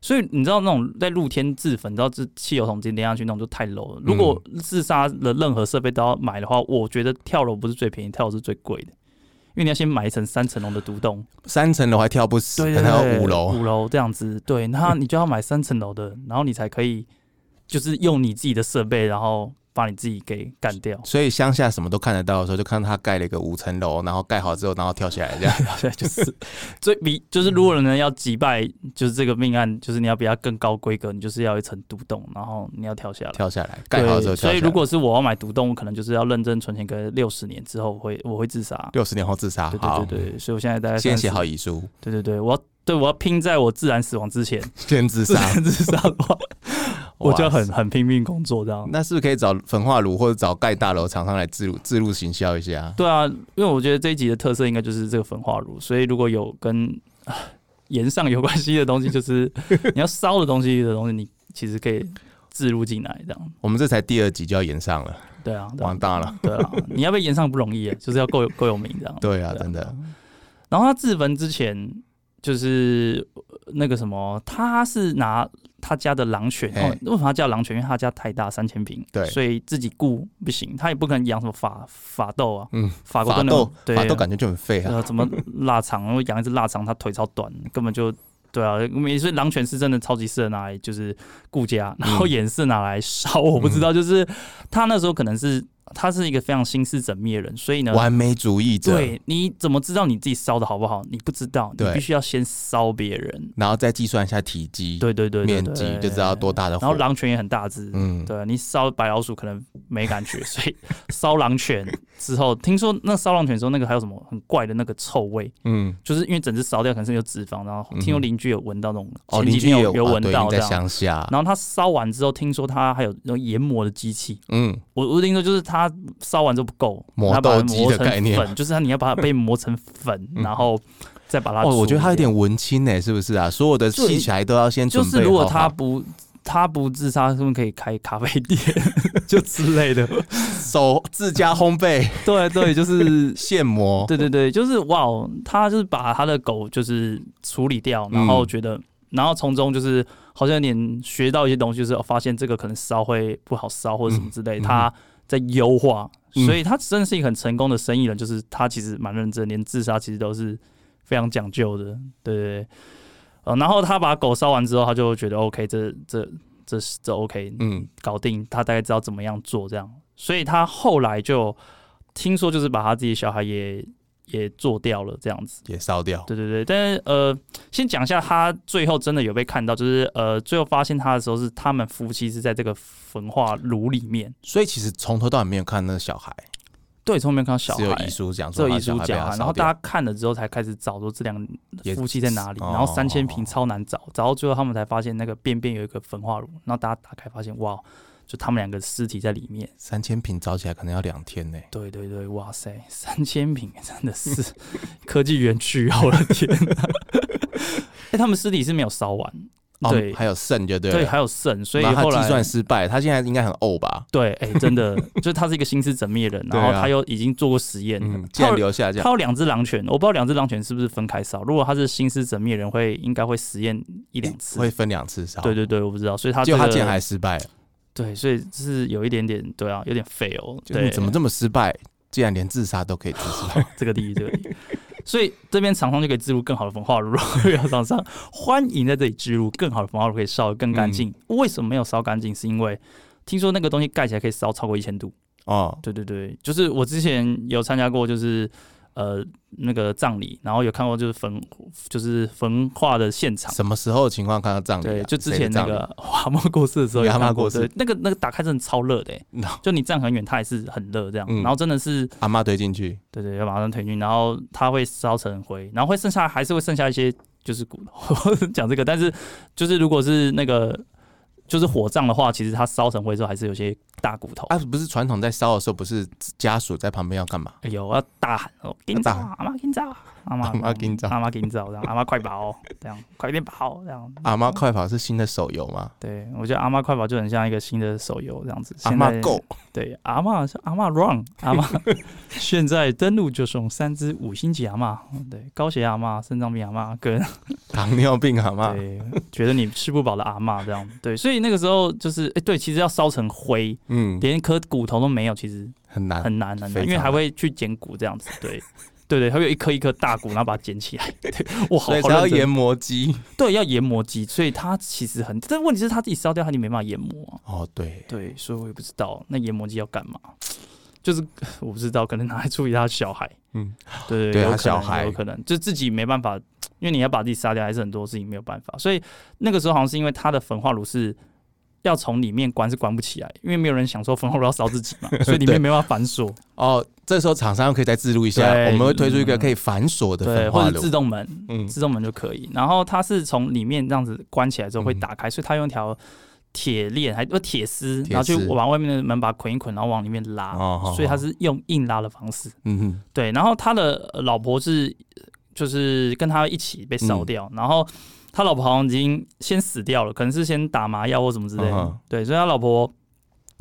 Speaker 2: 所以你知道那种在露天自焚，你知道这汽油桶直接连下去那种就太 low 了。如果自杀的任何设备都要买的话，我觉得跳楼不是最便宜，跳楼是最贵的，因为你要先买一层三层楼的独栋，
Speaker 1: 三层楼还跳不死，
Speaker 2: 对
Speaker 1: 可
Speaker 2: 对
Speaker 1: 能还
Speaker 2: 对，
Speaker 1: 有五楼，
Speaker 2: 五楼这样子，对， *laughs* 那你就要买三层楼的，然后你才可以就是用你自己的设备，然后把你自己给干掉。
Speaker 1: 所以乡下什么都看得到的时候，就看到他盖了一个五层楼，然后盖好之后，然后跳下来这样。
Speaker 2: *laughs* 对，就是最比就是如果人要击败，就是这个命案，就是你要比它更高规格，你就是要一层独栋，然后你要跳下来。
Speaker 1: 跳下来，
Speaker 2: 对
Speaker 1: 盖好之后跳下
Speaker 2: 所
Speaker 1: 来。
Speaker 2: 以如果是我要买独栋，我可能就是要认真存钱个六十年之后，我会我会自杀。
Speaker 1: 六十年后自杀，
Speaker 2: 对
Speaker 1: 好
Speaker 2: 对，对对，所以我现在大概
Speaker 1: 先
Speaker 2: 30
Speaker 1: 写好。遗书，
Speaker 2: 对对对，我要对我要拼在我自然死亡之前，
Speaker 1: 先自
Speaker 2: *laughs* 自
Speaker 1: 杀。
Speaker 2: 然自杀的话，我就要
Speaker 1: 哇
Speaker 2: 很很拼命工作这样。
Speaker 1: 那是不是可以找焚化炉或者找盖大楼厂商来自入自入行销一下？
Speaker 2: 对啊，因为我觉得这一集的特色应该就是这个焚化炉，所以如果有跟啊盐上有关系的东西，就是 *laughs* 你要烧的东西的东西，你其实可以置入进来，这样
Speaker 1: 我们这才第二集就要演上了，
Speaker 2: 对啊，对啊
Speaker 1: 完蛋了。
Speaker 2: 对啊，你要被盐上不容易耶，就是要够有够有名这样。
Speaker 1: 对啊，真的，
Speaker 2: 然后他自焚之前，就是呃那个什么，他是拿他家的狼犬，
Speaker 1: 嘿
Speaker 2: 哦，为什么他叫狼犬？因为他家太大，三千平，
Speaker 1: 对
Speaker 2: 所以自己雇不行，他也不可能养什么法法斗啊，
Speaker 1: 嗯，
Speaker 2: 法国
Speaker 1: 法
Speaker 2: 斗那种
Speaker 1: 斗
Speaker 2: 对
Speaker 1: 法斗感觉就很废啊。
Speaker 2: 呃，怎么腊肠？然后养一只腊肠，它腿超短，根本就对啊。没，所以狼犬是真的超级适合拿来就是顾家，然
Speaker 1: 嗯
Speaker 2: 后也是拿来烧。我不知道，就是他那时候可能是他是一个非常心思缜密的人，所以呢，
Speaker 1: 完美主义者，
Speaker 2: 啊对，你怎么知道你自己烧的好不好？你不知道，你
Speaker 1: 对
Speaker 2: 必须要先烧别人。
Speaker 1: 然后再计算一下体积、
Speaker 2: 对对对对
Speaker 1: 面积，就知道多。大的
Speaker 2: 对
Speaker 1: 火。
Speaker 2: 然后狼犬也很大只，
Speaker 1: 嗯，
Speaker 2: 对啊你烧白老鼠可能没感觉，所以 *laughs* 烧狼犬之后，听说那烧狼犬之后，那个还有什么很怪的那个臭味，
Speaker 1: 嗯，
Speaker 2: 就是因为整只烧掉，可能是有脂肪，然后听说
Speaker 1: 嗯哼
Speaker 2: 邻居有闻到那种，
Speaker 1: 哦，
Speaker 2: 前
Speaker 1: 邻
Speaker 2: 几
Speaker 1: 居
Speaker 2: 天
Speaker 1: 也
Speaker 2: 有有
Speaker 1: 啊
Speaker 2: 闻
Speaker 1: 对
Speaker 2: 到
Speaker 1: 因为
Speaker 2: 这
Speaker 1: 在
Speaker 2: 样。
Speaker 1: 乡下，
Speaker 2: 然后他烧完之后，听说他还有那种研磨的机器。
Speaker 1: 嗯，
Speaker 2: 我我听说就是他烧完之后不够，
Speaker 1: 磨
Speaker 2: 他把它
Speaker 1: 豆机
Speaker 2: 磨
Speaker 1: 的
Speaker 2: 成
Speaker 1: 概念 *laughs*
Speaker 2: 粉，就是它你要把它被磨成粉，
Speaker 1: 嗯
Speaker 2: 然后再把它处理掉。
Speaker 1: 哦，我觉得他有点文青呢，是不是啊？所有的
Speaker 2: 对
Speaker 1: 器材都要先
Speaker 2: 就
Speaker 1: 准
Speaker 2: 是
Speaker 1: 备
Speaker 2: 如果
Speaker 1: 好
Speaker 2: 他
Speaker 1: 好
Speaker 2: 不他不自杀，是不是可以开咖啡
Speaker 1: *laughs*
Speaker 2: 店就之类的？
Speaker 1: 手自家烘焙、
Speaker 2: *laughs* 对对，就是
Speaker 1: 现磨，
Speaker 2: 对对对，就是哇哦，他就是把他的狗就是处理掉，然
Speaker 1: 嗯
Speaker 2: 后觉得，然后从中就是好像有点学到一些东西，就是哦发现这个可能烧会不好烧或者什么之类，
Speaker 1: 嗯
Speaker 2: 他在优化，
Speaker 1: 嗯
Speaker 2: 所以他真的是一个很成功的生意人，就是他其实蛮认真，连自杀其实都是非常讲究的，对对对。呃，然后他把狗烧完之后，他就觉得 OK，这这这这 OK，
Speaker 1: 嗯，
Speaker 2: 搞定，他大概知道怎么样做这样，所以他后来就听说就是把他自己小孩也也做掉了这样子。
Speaker 1: 也烧掉。
Speaker 2: 对对对，但是呃，先讲一下他最后真的有被看到，就是呃，最后发现他的时候是他们夫妻是在这个焚化炉里面，
Speaker 1: 所以其实从头到尾没有看那个小孩，
Speaker 2: 对，从来没有看到小
Speaker 1: 只有
Speaker 2: 孩
Speaker 1: 遗。书讲
Speaker 2: 只
Speaker 1: 说
Speaker 2: 有
Speaker 1: 他
Speaker 2: 遗
Speaker 1: 的小
Speaker 2: 书
Speaker 1: 孩被
Speaker 2: 讲
Speaker 1: 他
Speaker 2: 啊，
Speaker 1: 烧
Speaker 2: 然后
Speaker 1: 掉
Speaker 2: 大家看了之后才开始找说这两
Speaker 1: 也
Speaker 2: 夫妻在哪里，
Speaker 1: 哦
Speaker 2: 然后三千
Speaker 1: 哦
Speaker 2: 平
Speaker 1: 哦
Speaker 2: 超难找，找到最后他们才发现那个便便有一个焚化炉，然后大家打开发现哇，就他们两个尸体在里面。
Speaker 1: 三千平找起来可能要两天呢。
Speaker 2: 对对对，哇塞，三千平 *laughs* 真的是科技园区哦，我的天哪！ *laughs* 哎、他们尸体是没有烧完，
Speaker 1: 哦
Speaker 2: 对
Speaker 1: 还有肾就对
Speaker 2: 对，
Speaker 1: 了。
Speaker 2: 还有剩，所以
Speaker 1: 然
Speaker 2: 后
Speaker 1: 后他
Speaker 2: 来
Speaker 1: 计算失败，他现在应该很呕吧？
Speaker 2: 对，哎、真的，就是他是一个心思缜密的人，
Speaker 1: 对
Speaker 2: 然
Speaker 1: 啊
Speaker 2: 后他又已经做过实验，
Speaker 1: 嗯，既
Speaker 2: 他
Speaker 1: 然
Speaker 2: 有
Speaker 1: 留下这样，
Speaker 2: 他有两只狼犬，我不知道两只狼犬是不是分开烧，如果他是心思缜密的人，会应该会实验一两次。
Speaker 1: 会分两次烧。
Speaker 2: 对对对，我不知道，所以他、这
Speaker 1: 结
Speaker 2: 个、
Speaker 1: 果他竟然还失败了，
Speaker 2: 对，所以是有一点点对啊，有点 fail，
Speaker 1: 就
Speaker 2: 对，
Speaker 1: 嗯你怎么这么失败？竟然连自杀都可以自杀，
Speaker 2: *laughs* 这个第一，这个第一。所以这边厂商就可以置入更好的焚化炉，要厂商嗯欢迎在这里置入更好的焚化炉，可以烧得更干净。为什么没有烧干净？是因为听说那个东西盖起来可以烧超过一千度。
Speaker 1: 哦，
Speaker 2: 对对对，就是我之前有参加过，就是呃那个葬礼，然后有看过就是焚就是焚化的现场。
Speaker 1: 什么时候情况看到葬礼啊、
Speaker 2: 对，就之
Speaker 1: 谁的
Speaker 2: 前那
Speaker 1: 葬礼
Speaker 2: *laughs* 个蛤蟆过世的时候有
Speaker 1: 蛤蟆
Speaker 2: *laughs* 看过，
Speaker 1: 过世
Speaker 2: 对那个那个打开真的超热的、 *laughs* 欸，
Speaker 1: No
Speaker 2: 就你站很远，它也是很热这样，
Speaker 1: 嗯
Speaker 2: 然后真的是
Speaker 1: 阿妈推进去，
Speaker 2: 对对，要马上推进，然后它会烧成灰，然后会剩下还是会剩下一些就是骨头。 *laughs* 讲这个，但是就是如果是那个就是火葬的话，其实它烧成灰之后还是有些大骨头。
Speaker 1: 啊，不是传统在烧的时候，不是家属在旁边要干嘛？
Speaker 2: 哎呦，要大喊哦，紧走啊，阿妈紧走啊，阿妈
Speaker 1: 阿嬷紧走
Speaker 2: 阿妈紧走，这样阿妈快跑，这样快点跑，这样。
Speaker 1: 阿妈快跑是新的手游吗？
Speaker 2: 对，我觉得阿妈快跑就很像一个新的手游这样子。
Speaker 1: 阿
Speaker 2: 妈
Speaker 1: 妈 Go，
Speaker 2: 对，阿嬷是阿嬷 run，
Speaker 1: *laughs*
Speaker 2: 阿嬷现在登录就送三只五星级阿嬷，对，高血压阿嬷、肾脏病阿嬷跟
Speaker 1: 糖尿病阿妈，
Speaker 2: 对觉得你吃不饱的阿嬷这样，对，所以那个时候就是，哎、对，其实要烧成灰，
Speaker 1: 嗯，
Speaker 2: 连一颗骨头都没有，其实
Speaker 1: 很难。
Speaker 2: 很难很
Speaker 1: 非
Speaker 2: 难，因为
Speaker 1: 常
Speaker 2: 还会去捡骨这样子，对。 *laughs* 对对，还有一颗一颗大骨，然后把它捡起来。对，哇，好
Speaker 1: 所以
Speaker 2: 好
Speaker 1: 才要
Speaker 2: 认真
Speaker 1: 研磨机
Speaker 2: 对，要研磨机，所以它其实很，但问题是它自己烧掉，它就没办法研磨啊、
Speaker 1: 哦，对，
Speaker 2: 对，所以我也不知道那研磨机要干嘛，就是 *laughs* 我不知道，可能拿来处理他的小孩。
Speaker 1: 嗯，
Speaker 2: 对
Speaker 1: 对
Speaker 2: 有
Speaker 1: 他
Speaker 2: 可
Speaker 1: 小
Speaker 2: 能
Speaker 1: 孩
Speaker 2: 有可能就自己没办法，因为你要把自己杀掉，还是很多事情没有办法。所以那个时候好像是因为他的焚化炉是要从里面关是关不起来，因为没有人想说焚化炉要烧自己
Speaker 1: *laughs*
Speaker 2: 嘛，所以里面没办法反锁，
Speaker 1: 哦，这时候厂商又可以再自录一下，
Speaker 2: 对
Speaker 1: 我们会推出一个
Speaker 2: 嗯
Speaker 1: 可以反锁的
Speaker 2: 对，
Speaker 1: 焚
Speaker 2: 或
Speaker 1: 化
Speaker 2: 者
Speaker 1: 炉
Speaker 2: 自，动门，
Speaker 1: 嗯，
Speaker 2: 自动门就可以。然后它是从里面这样子关起来之后会
Speaker 1: 嗯
Speaker 2: 打开，所以它用一条铁链还不铁丝，
Speaker 1: 铁
Speaker 2: 然后去
Speaker 1: 丝
Speaker 2: 把外面的门把它捆一捆，然后往里面拉。
Speaker 1: 哦好
Speaker 2: 所以它
Speaker 1: 好
Speaker 2: 是用硬拉的方式。
Speaker 1: 嗯哼，
Speaker 2: 对，然后他的呃老婆是就是跟他一起被烧掉，
Speaker 1: 嗯
Speaker 2: 然后他老婆好像已经先死掉了，可能是先打麻药或什么之类的。
Speaker 1: 嗯哼
Speaker 2: 对，所以他老婆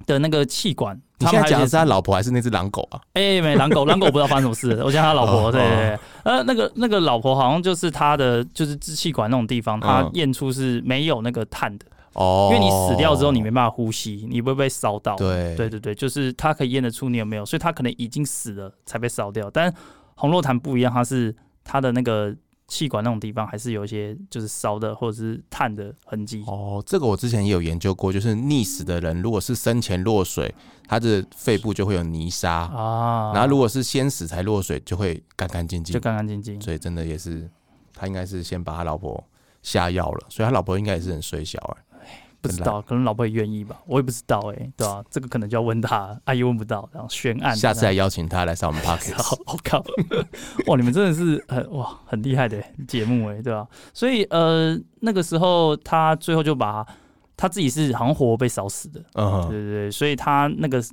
Speaker 2: 的那个气管，
Speaker 1: 你
Speaker 2: 他
Speaker 1: 现在
Speaker 2: 们还有
Speaker 1: 讲的
Speaker 2: 些
Speaker 1: 是他老婆还是那只狼狗啊？
Speaker 2: 哎、没
Speaker 1: *laughs*
Speaker 2: 狼狗，狼狗不知道发生什么事了，我讲他老婆，
Speaker 1: 哦
Speaker 2: 对对对，呃，那个那个老婆好像就是他的就是支气管那种地方，他
Speaker 1: 嗯
Speaker 2: 验出是没有那个碳的，
Speaker 1: 哦，
Speaker 2: 因为你死掉之后你没办法呼吸，你会被烧到。
Speaker 1: 对
Speaker 2: 对对对，就是他可以验得出你有没有，所以他可能已经死了才被烧掉。但红洛潭不一样，它是它的那个气管那种地方还是有一些就是烧的或者是碳的痕迹。
Speaker 1: 哦，这个我之前也有研究过，就是溺死的人如果是生前落水，他的肺部就会有泥沙，
Speaker 2: 啊，
Speaker 1: 然后如果是先死才落水，就会干干净
Speaker 2: 就
Speaker 1: 净。
Speaker 2: 干干净净。
Speaker 1: 所以真的也是，他应该是先把他老婆下药了，所以他老婆应该也是很衰小哎、
Speaker 2: 不知道，可能老婆也愿意吧，我也不知道哎、对吧、这个可能就要问他， *laughs* 阿姨问不到，然后悬案。
Speaker 1: 下次来邀请他来上我们 podcast。
Speaker 2: 好，我 *laughs* 靠！ *laughs* 哇，你们真的是很哇很厉害的节目哎，对吧、所以呃，那个时候他最后就把他自己是好像活活被烧死的，
Speaker 1: 嗯哼
Speaker 2: 对对对，所以他那个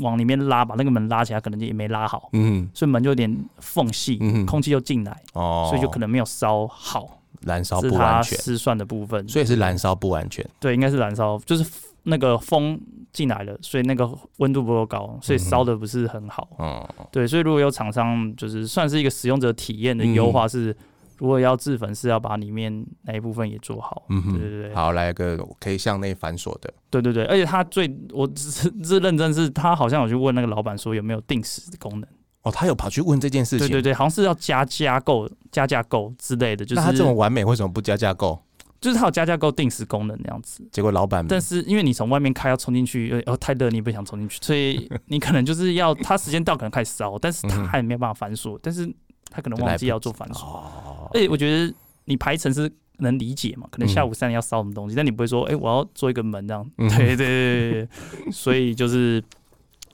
Speaker 2: 往里面拉，把那个门拉起来，可能也没拉好，
Speaker 1: 嗯
Speaker 2: 所以门就有点缝隙，
Speaker 1: 嗯
Speaker 2: 空气就进来，
Speaker 1: 哦，
Speaker 2: 所以就可能没有烧好，
Speaker 1: 燃烧
Speaker 2: 是
Speaker 1: 不
Speaker 2: 他
Speaker 1: 完全，
Speaker 2: 失算的部分。
Speaker 1: 所以是燃烧不完全。
Speaker 2: 对，应该是燃烧，就是那个风进来了，所以那个温度不够高，所以烧的不是很好。
Speaker 1: 嗯，
Speaker 2: 对，所以如果有厂商就是算是一个使用者体验的
Speaker 1: 嗯
Speaker 2: 优化是。如果要自焚，是要把里面那一部分也做好。
Speaker 1: 嗯哼
Speaker 2: 对对对，
Speaker 1: 好，来个可以向内反锁的。
Speaker 2: 对对对，而且他最我只是只认真是，他好像有去问那个老板说有没有定时的功能。
Speaker 1: 哦，他有跑去问这件事情。
Speaker 2: 对对对，好像是要加加购、加架构之类的，就是
Speaker 1: 那他这么完美，为什么不加架构？
Speaker 2: 就是它有加架构定时功能那样子。
Speaker 1: 结果老板
Speaker 2: 但是因为你从外面开要冲进去，呃哦太热你也不想冲进去，所以你可能就是要它时间到可能开始烧，但是它
Speaker 1: 嗯哼
Speaker 2: 还没有办法反锁，但是它可能
Speaker 1: 就来
Speaker 2: 忘记
Speaker 1: 不
Speaker 2: 要做反锁。哎
Speaker 1: 哦，
Speaker 2: 而且我觉得你排程是能理解嘛，可能下午三点要烧什么东西，但你不会说，哎、我要做一个门这样。
Speaker 1: 嗯
Speaker 2: 对对对对对，所以就是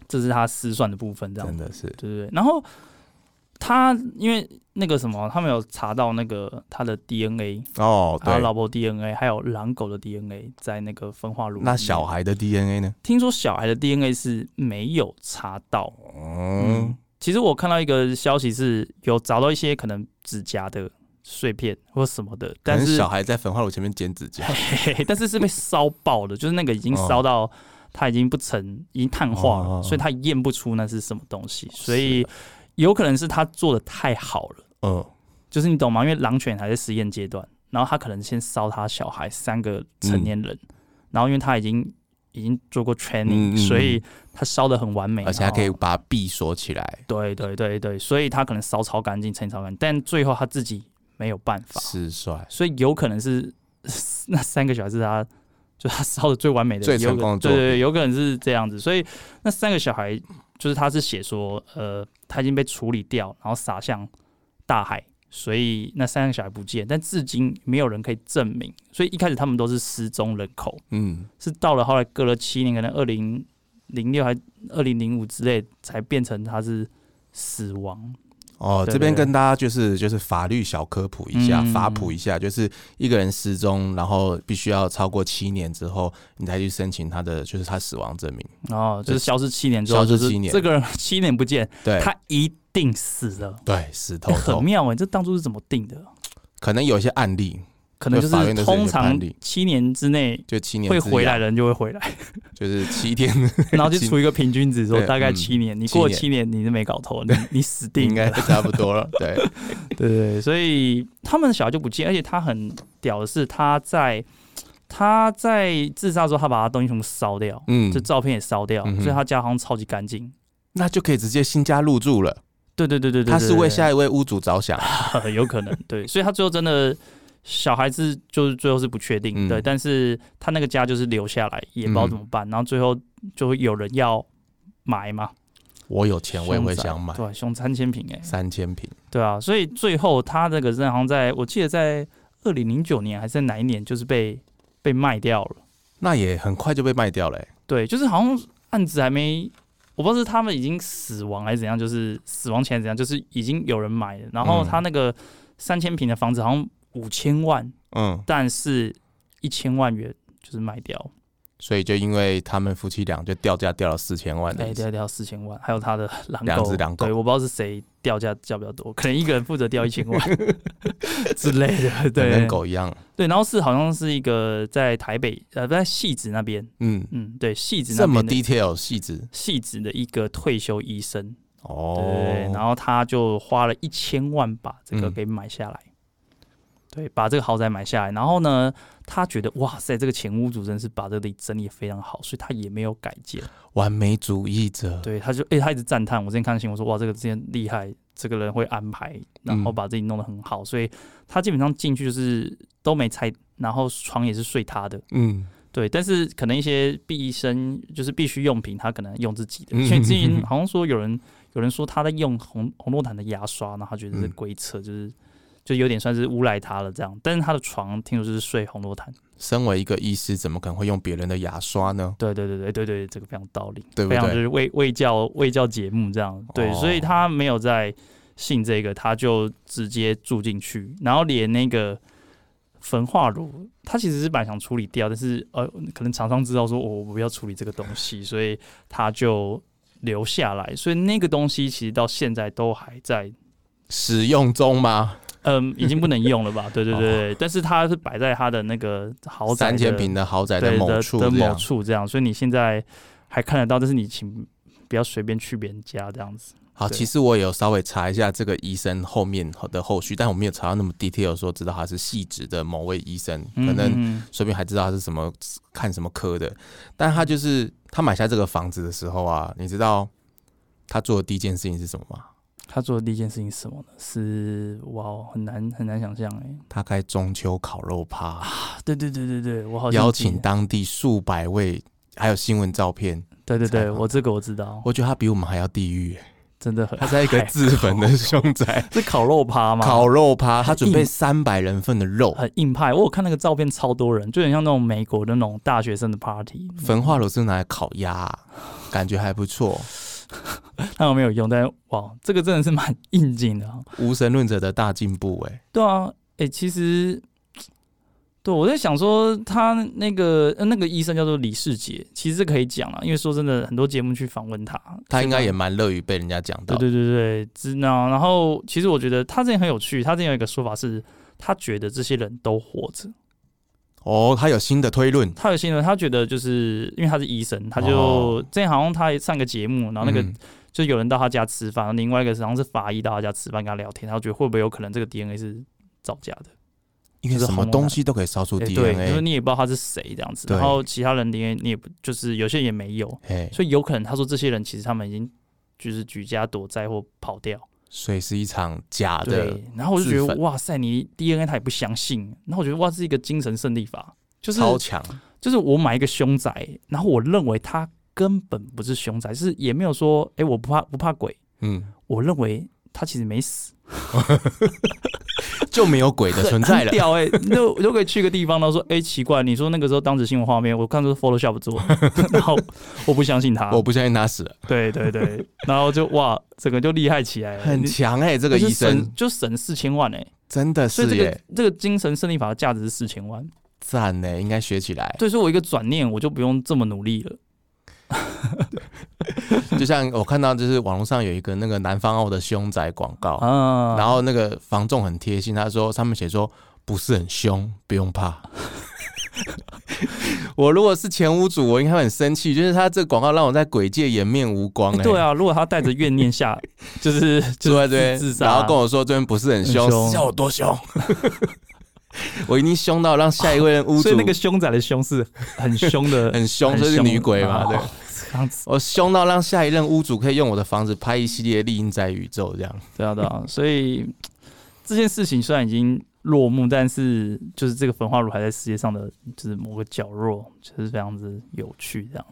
Speaker 2: 这是他失算的部分，这样
Speaker 1: 真的是
Speaker 2: 对对对。然后他因为那个什么，他们有查到那个他的 DNA，
Speaker 1: 哦，
Speaker 2: 他
Speaker 1: 对。
Speaker 2: 老婆 DNA，还有狼狗的 DNA 在那个分化炉里面。
Speaker 1: 那小孩的 DNA 呢？
Speaker 2: 听说小孩的 DNA 是没有查到。嗯
Speaker 1: 嗯，，
Speaker 2: 其实我看到一个消息是有找到一些可能指甲的碎片或什么的，
Speaker 1: 但
Speaker 2: 但
Speaker 1: 是
Speaker 2: 是
Speaker 1: 小孩在焚化炉前面剪指甲，
Speaker 2: *laughs* 嘿 *laughs* 嘿，但是是被烧爆
Speaker 1: *laughs*
Speaker 2: 的，就是那个已经
Speaker 1: 哦
Speaker 2: 烧到它已经不成，已经碳化了，
Speaker 1: 哦哦哦哦啊
Speaker 2: 所以它验不出那是什么东西，所以有可能是他做的太好了，
Speaker 1: 嗯，
Speaker 2: 就是你懂吗？因为狼犬还在实验阶段，然后他可能先烧他小孩三个成年人，然后因为他已经已经做过 training，、
Speaker 1: 嗯嗯嗯嗯
Speaker 2: 所以他烧的很完美，
Speaker 1: 而且还可以
Speaker 2: 然后。
Speaker 1: 把闭锁起来，
Speaker 2: 对对对对，所以他可能烧超干净，清超干净，但最后他自己没有办法，
Speaker 1: 是帅
Speaker 2: *laughs* 所以有可能是那三个小孩是他就他烧的最完美的，
Speaker 1: 最
Speaker 2: 有
Speaker 1: 成
Speaker 2: 可
Speaker 1: 功的
Speaker 2: 对
Speaker 1: 作
Speaker 2: 对对，有可能是这样子。所以那三个小孩就是他是写说，呃，他已经被处理掉，然后撒向大海，所以那三个小孩不见，但至今没有人可以证明。所以一开始他们都是失踪人口，
Speaker 1: 嗯，
Speaker 2: 是到了后来隔了七年，可能二零零六还二零零五之类，才变成他是死亡。
Speaker 1: 哦，
Speaker 2: 对
Speaker 1: 这边
Speaker 2: 对
Speaker 1: 跟大家就是就是法律小科普一下，
Speaker 2: 嗯
Speaker 1: 法普一下，就是一个人失踪，然后必须要超过七年之后，你才去申请他的就是他死亡证明。
Speaker 2: 哦，就是
Speaker 1: 对
Speaker 2: 消失七年之后，
Speaker 1: 消失
Speaker 2: 就是
Speaker 1: 七年
Speaker 2: 这个人七年不见，
Speaker 1: 对，
Speaker 2: 他一定死了。
Speaker 1: 对死
Speaker 2: 欸
Speaker 1: 透
Speaker 2: 很
Speaker 1: 透，
Speaker 2: 妙哎、这当初是怎么定的？
Speaker 1: 可能有一些案例，
Speaker 2: 可能就
Speaker 1: 法院
Speaker 2: 是
Speaker 1: 的
Speaker 2: 通
Speaker 1: 这些
Speaker 2: 常
Speaker 1: 判例
Speaker 2: 七年之内
Speaker 1: 就七年
Speaker 2: 会
Speaker 1: 之
Speaker 2: 回来
Speaker 1: 痒，
Speaker 2: 的人就会
Speaker 1: *laughs*
Speaker 2: 回来，
Speaker 1: 就是七
Speaker 2: *laughs*
Speaker 1: 天，
Speaker 2: 然后就出一个平均值，说
Speaker 1: 对
Speaker 2: 大概
Speaker 1: 嗯
Speaker 2: 七年，你
Speaker 1: 七
Speaker 2: 过了
Speaker 1: 年
Speaker 2: 七年你是没搞
Speaker 1: *laughs*
Speaker 2: 头，你你死定
Speaker 1: 应该
Speaker 2: 了。
Speaker 1: 差不多了。对，
Speaker 2: 对对，对所以他们小孩就不见，而且他很屌的是，他在他在自杀的时候，他把他东西全部烧掉，
Speaker 1: 嗯
Speaker 2: *laughs* 这，照片也烧掉，
Speaker 1: 嗯哼
Speaker 2: 所以他家好像超级干净。
Speaker 1: 那就可以直接新家入住了。
Speaker 2: 对对对对对，
Speaker 1: 他是
Speaker 2: 对
Speaker 1: 为
Speaker 2: 对
Speaker 1: 下一位屋主着想，
Speaker 2: 呃， *laughs* 有可能，对，所以他最后真的小孩子就是最后是不确定，
Speaker 1: 嗯
Speaker 2: 对，但是他那个家就是留下来，也不知道怎么办，然后最后就会有人要买嘛，
Speaker 1: 我有钱我也会
Speaker 2: 凶宅
Speaker 1: 想买
Speaker 2: 对、啊，凶三千平哎、
Speaker 1: 三千平。
Speaker 2: 对啊，所以最后他这个人好像在我记得在二零零九年还是在哪一年，就是被被卖掉了，
Speaker 1: 那也很快就被卖掉了、欸。
Speaker 2: 对，就是好像案子还没。我不知道是他们已经死亡还是怎样，就是死亡前还是怎样，就是已经有人买了。然后
Speaker 1: 嗯
Speaker 2: 他那个三千平的房子好像五千万，
Speaker 1: 嗯，
Speaker 2: 但是一千万元就是卖掉，
Speaker 1: 所以就因为他们夫妻俩就掉价掉了四千万的
Speaker 2: 哎，
Speaker 1: 意思
Speaker 2: 掉掉四千万，还有他的狼狗，
Speaker 1: 啊两只狼狗
Speaker 2: 对，我不知道是谁掉价掉比较多，可能一个人负责掉一千万之类
Speaker 1: *laughs*
Speaker 2: 的，
Speaker 1: 可能
Speaker 2: 对
Speaker 1: 跟，狗一样。
Speaker 2: 对，然后是好像是一个在台北，呃，在戏子那边，
Speaker 1: 嗯，
Speaker 2: 嗯，对，戏子那
Speaker 1: 这么
Speaker 2: 边的
Speaker 1: detail 细致
Speaker 2: 戏子的一个退休医生，对，然
Speaker 1: 哦。
Speaker 2: 后他就花了一千万把这个
Speaker 1: 嗯
Speaker 2: 给买下来，对，把这个豪宅买下来。然后呢，他觉得哇塞，这个前屋主真是把这里整理得非常好，所以他也没有改建。
Speaker 1: 完美主义者，
Speaker 2: 对，他就哎、他一直赞叹。我之前看新闻说，哇，这个之前厉害，这个人会安排，然后
Speaker 1: 嗯
Speaker 2: 把自己弄得很好，所以他基本上进去就是都没拆，然后床也是睡他的。
Speaker 1: 嗯，
Speaker 2: 对，但是可能一些毕生就是必需用品，他可能用自己的。
Speaker 1: 嗯
Speaker 2: 因为之前好像说有人有人说他在用红红洛坦的牙刷，然后他觉得是
Speaker 1: 嗯
Speaker 2: 鬼扯，就是就有点算是诬赖他了这样。但是他的床听说就是睡红洛坦。
Speaker 1: 身为一个医师，怎么可能会用别人的牙刷呢？
Speaker 2: 对对对对对对，这个非常有道理，
Speaker 1: 对不
Speaker 2: 非常就
Speaker 1: 对？
Speaker 2: 是卫卫教卫教节目这样。对，
Speaker 1: 哦
Speaker 2: 所以他没有在信这个，他就直接住进去，然后连那个。焚化炉，他其实是本来想处理掉，但是呃，可能厂商知道说哦我我不要处理这个东西，所以他就留下来。所以那个东西其实到现在都还在，
Speaker 1: 使用中吗？
Speaker 2: 嗯，已经不能用了吧？对对对对，但是它是摆在他的那个豪宅
Speaker 1: 哦三
Speaker 2: 的
Speaker 1: 千平的豪宅
Speaker 2: 对
Speaker 1: 某处
Speaker 2: 的
Speaker 1: 这
Speaker 2: 某
Speaker 1: 样，
Speaker 2: 处这样，所以你现在还看得到，但是你请不要随便去别人家这样子。
Speaker 1: 好，
Speaker 2: 对
Speaker 1: 其实我有稍微查一下这个医生后面的后续，但我没有查到那么 detail，说知道他是细致的某位医生，可能
Speaker 2: 嗯嗯嗯
Speaker 1: 说不定还知道他是什么看什么科的。但他就是他买下这个房子的时候啊，你知道他做的第一件事情是什么吗？
Speaker 2: 他做的第一件事情是什么呢？是哇，很难很难想象哎、
Speaker 1: 他开中秋烤肉趴，
Speaker 2: 啊对对对对对，我好像
Speaker 1: 邀
Speaker 2: 记得
Speaker 1: 请当地数百位，还有新闻照片。
Speaker 2: 对对
Speaker 1: 采
Speaker 2: 对，
Speaker 1: 访
Speaker 2: 我这个我知道，
Speaker 1: 我觉得他比我们还要地狱、
Speaker 2: 真的很
Speaker 1: 他在一个自焚的凶
Speaker 2: *laughs*
Speaker 1: 宅
Speaker 2: 是烤肉趴吗？
Speaker 1: 烤肉趴，他
Speaker 2: *laughs*
Speaker 1: 准备
Speaker 2: 硬
Speaker 1: 三百人份的肉，
Speaker 2: 很硬派，我有看那个照片，超多人，就很像那种美国的那种大学生
Speaker 1: *laughs*
Speaker 2: 的 party。
Speaker 1: 焚化炉是拿来烤鸭啊、感觉还不错。
Speaker 2: 那有没有用？但是哇，这个真的是蛮 *laughs* 应景的、啊。
Speaker 1: 无神论者的大进步、欸，
Speaker 2: 对啊，哎、其实，对我在想说，他那个、呃那个医生叫做李世杰，其实这可以讲了，因为说真的，很多节目去访问他，
Speaker 1: 他应该
Speaker 2: 是
Speaker 1: 也
Speaker 2: 吧
Speaker 1: 蛮乐于被人家讲到
Speaker 2: 对。对对对，知道。然后，其实我觉得他之前很有趣，他之前有一个说法是，他觉得这些人都活着。
Speaker 1: 哦，他有新的推论，
Speaker 2: 他有新闻，他觉得就是因为他是医生，他就、
Speaker 1: 哦
Speaker 2: 之前好像他上个节目，然后那个、
Speaker 1: 嗯
Speaker 2: 就有人到他家吃饭，另外一个好像是法医到他家吃饭跟他聊天，他觉得会不会有可能这个 DNA 是造假的？
Speaker 1: 因为
Speaker 2: 就是
Speaker 1: 什
Speaker 2: 红
Speaker 1: 么
Speaker 2: 蓝
Speaker 1: 东西都可以烧出
Speaker 2: 欸对，就是
Speaker 1: DNA，
Speaker 2: 你也不知道他是谁这样子，
Speaker 1: 对
Speaker 2: 然后其他人你也你也不就是有些人也没有，
Speaker 1: 哎，
Speaker 2: 所以有可能他说这些人其实他们已经就是举家躲债或跑掉，
Speaker 1: 所以是一场假的
Speaker 2: 对。然后我就觉
Speaker 1: 啊自
Speaker 2: 得
Speaker 1: 焚
Speaker 2: 哇塞，你 DNA 他也不相信，然后我觉得哇是一个精神胜利法，就是
Speaker 1: 超强，
Speaker 2: 就是我买一个凶宅，然后我认为他根本不是凶宅，就是也没有说，哎、我不怕不怕鬼，
Speaker 1: 嗯，
Speaker 2: 我认为他其实没死，
Speaker 1: 就没有鬼的存在
Speaker 2: 很
Speaker 1: 了。
Speaker 2: 屌哎、那我就可以去一个地方，然后说，哎、奇怪，你说那个时候当时新闻画面，我看都是 Photoshop 做的， *laughs* 然后我不相信他，
Speaker 1: 我不相信他死了，
Speaker 2: 对对对，然后就哇，整个就厉害起来了，
Speaker 1: 很
Speaker 2: 你
Speaker 1: 强哎、这个
Speaker 2: 就
Speaker 1: 医生
Speaker 2: 省就省四千万哎、
Speaker 1: 真的
Speaker 2: 所以
Speaker 1: 是
Speaker 2: 这
Speaker 1: 耶、
Speaker 2: 个这个精神胜利法的价值是四千万，
Speaker 1: 赞呢、应该学起
Speaker 2: *laughs*
Speaker 1: 来。
Speaker 2: 对，所以我一个转念我就不用这么努力了，
Speaker 1: 就像我看到，就是网络上有一个那个南方澳的凶宅广告，
Speaker 2: 啊，
Speaker 1: 哦然后那个房仲很贴心，他说上面写说不是很凶，不用怕。 *laughs* 我如果是前屋主，我应该会很生气，就是他这个广告让我在鬼界颜面无光、欸。
Speaker 2: 对，啊，如果他带着怨念下，就是就
Speaker 1: 对
Speaker 2: 是
Speaker 1: 对
Speaker 2: 自，杀，
Speaker 1: 然后跟我说这边不是很凶
Speaker 2: 很，凶
Speaker 1: 叫我多凶。 *laughs* 我已经凶到让下一位屋
Speaker 2: *laughs* 所
Speaker 1: 主
Speaker 2: 以那个凶仔的凶是很凶啊的，
Speaker 1: 很凶，这是女鬼嘛？对，，
Speaker 2: 这样子，
Speaker 1: 我凶到让下一任屋主可以用我的房子拍一系列丽音在宇宙这样。
Speaker 2: 对啊对啊，所以这件事情虽然已经落幕，但是就是这个焚化炉还在世界上的就是某个角落，就是非常之有趣这样。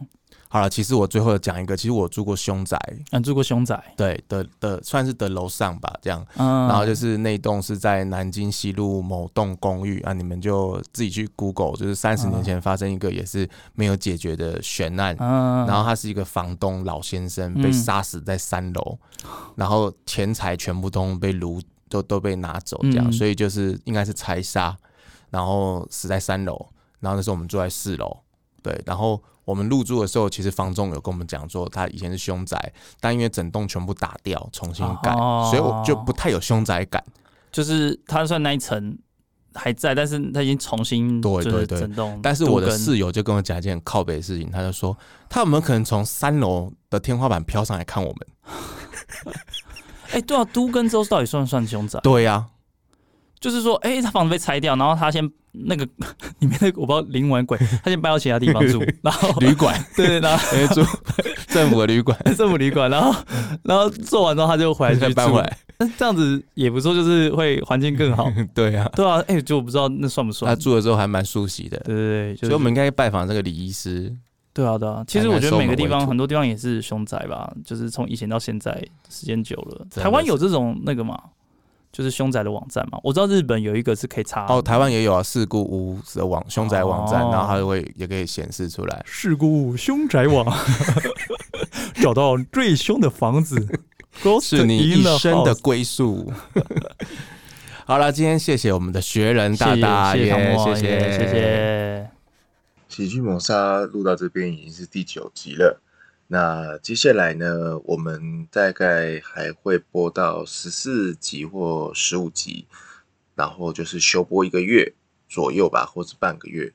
Speaker 1: 好了，其实我最后讲一个，其实我住过凶宅，
Speaker 2: 嗯，住过凶宅，
Speaker 1: 对的的，算是的楼上吧，这样。
Speaker 2: 嗯，
Speaker 1: 然后就是那栋是在南京西路某栋公寓啊，你们就自己去 Google，就是三十年前发生一个也是没有解决的悬案。
Speaker 2: 嗯，
Speaker 1: 然后他是一个房东老先生
Speaker 2: 嗯
Speaker 1: 被杀死在三楼，然后钱财全部都被掳，都都被拿走这样，
Speaker 2: 嗯
Speaker 1: 所以就是应该是财杀，然后死在三楼，然后那时候我们住在四楼，对，然后我们入住的时候，其实房仲有跟我们讲说他以前是凶宅，但因为整栋全部打掉重新盖，
Speaker 2: 哦
Speaker 1: 所以我就不太有凶宅感，
Speaker 2: 就是他算那一层还在，但是他已经重新
Speaker 1: 对
Speaker 2: 就
Speaker 1: 对
Speaker 2: 是
Speaker 1: 对
Speaker 2: 整栋都跟，
Speaker 1: 但是我的室友就跟我讲一件很靠北的事情，他就说他有没有可能从三楼的天花板飘上来看我们？
Speaker 2: 哎，对啊，都跟州到底算不算凶宅？
Speaker 1: 对啊呀、
Speaker 2: *laughs* 就是说，哎、他房子被拆掉，然后他先那个 *laughs* 里面那个我不知道灵玩鬼，他先搬到其他地方
Speaker 1: *laughs*
Speaker 2: 住，然后
Speaker 1: 旅馆。
Speaker 2: 对对，然后
Speaker 1: 因为住 *laughs* 政府的旅
Speaker 2: *laughs*
Speaker 1: 馆，
Speaker 2: 政府旅馆，然后然后做完之后他就回
Speaker 1: *laughs*
Speaker 2: 来
Speaker 1: 再
Speaker 2: 去
Speaker 1: 搬
Speaker 2: 住
Speaker 1: 回，来。
Speaker 2: 那这样子也不错，就是会环境更好，
Speaker 1: *laughs* 对啊，
Speaker 2: *laughs* 对啊，哎、就我不知道那算不
Speaker 1: 他
Speaker 2: 算，
Speaker 1: 住的时候还蛮熟悉的，
Speaker 2: 对对对，就是、
Speaker 1: 啊所以我们应哎该拜访这个李医师。
Speaker 2: 对啊对啊，其实
Speaker 1: 还蛮
Speaker 2: 我觉得每个地
Speaker 1: 受我们为
Speaker 2: 方
Speaker 1: 主
Speaker 2: 很多地方也是凶宅吧，就是从以前到现在时间久了，
Speaker 1: 是
Speaker 2: 台湾有这种那个嘛，就是凶宅的网站嘛，我知道日本有一个是可以查
Speaker 1: 哦，台湾也有啊，事故屋的网凶宅网站，
Speaker 2: 哦
Speaker 1: 然后它会也可以显示出来。
Speaker 2: 事故凶
Speaker 1: *laughs*
Speaker 2: 宅网，找到最凶的房子，
Speaker 1: *laughs*
Speaker 2: 哦
Speaker 1: 是你一生的归
Speaker 2: *laughs*
Speaker 1: 宿。好了，今天谢谢我们的学人大大，
Speaker 2: 谢谢
Speaker 1: 耶
Speaker 2: 唐默
Speaker 1: 谢
Speaker 2: 啊也谢谢。
Speaker 3: 喜剧谋杀录到这边已经是第九集了，那接下来呢，我们大概还会播到十四集或十五集，然后就是休播一个月左右吧，或是半个月。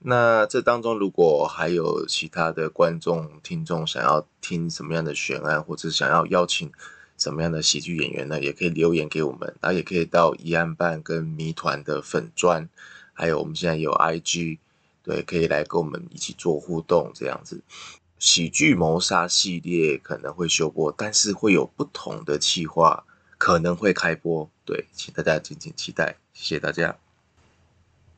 Speaker 3: 那这当中，如果还有其他的观众、听众想要听什么样的悬案，或者想要邀请什么样的喜剧演员呢，也可以留言给我们，然后也可以到疑案办跟谜团的粉砖，还有我们现在有 IG，对，可以来跟我们一起做互动这样子。喜剧谋杀系列可能会休播，但是会有不同的企划可能会开播，对，请大家敬请期待，谢谢大家，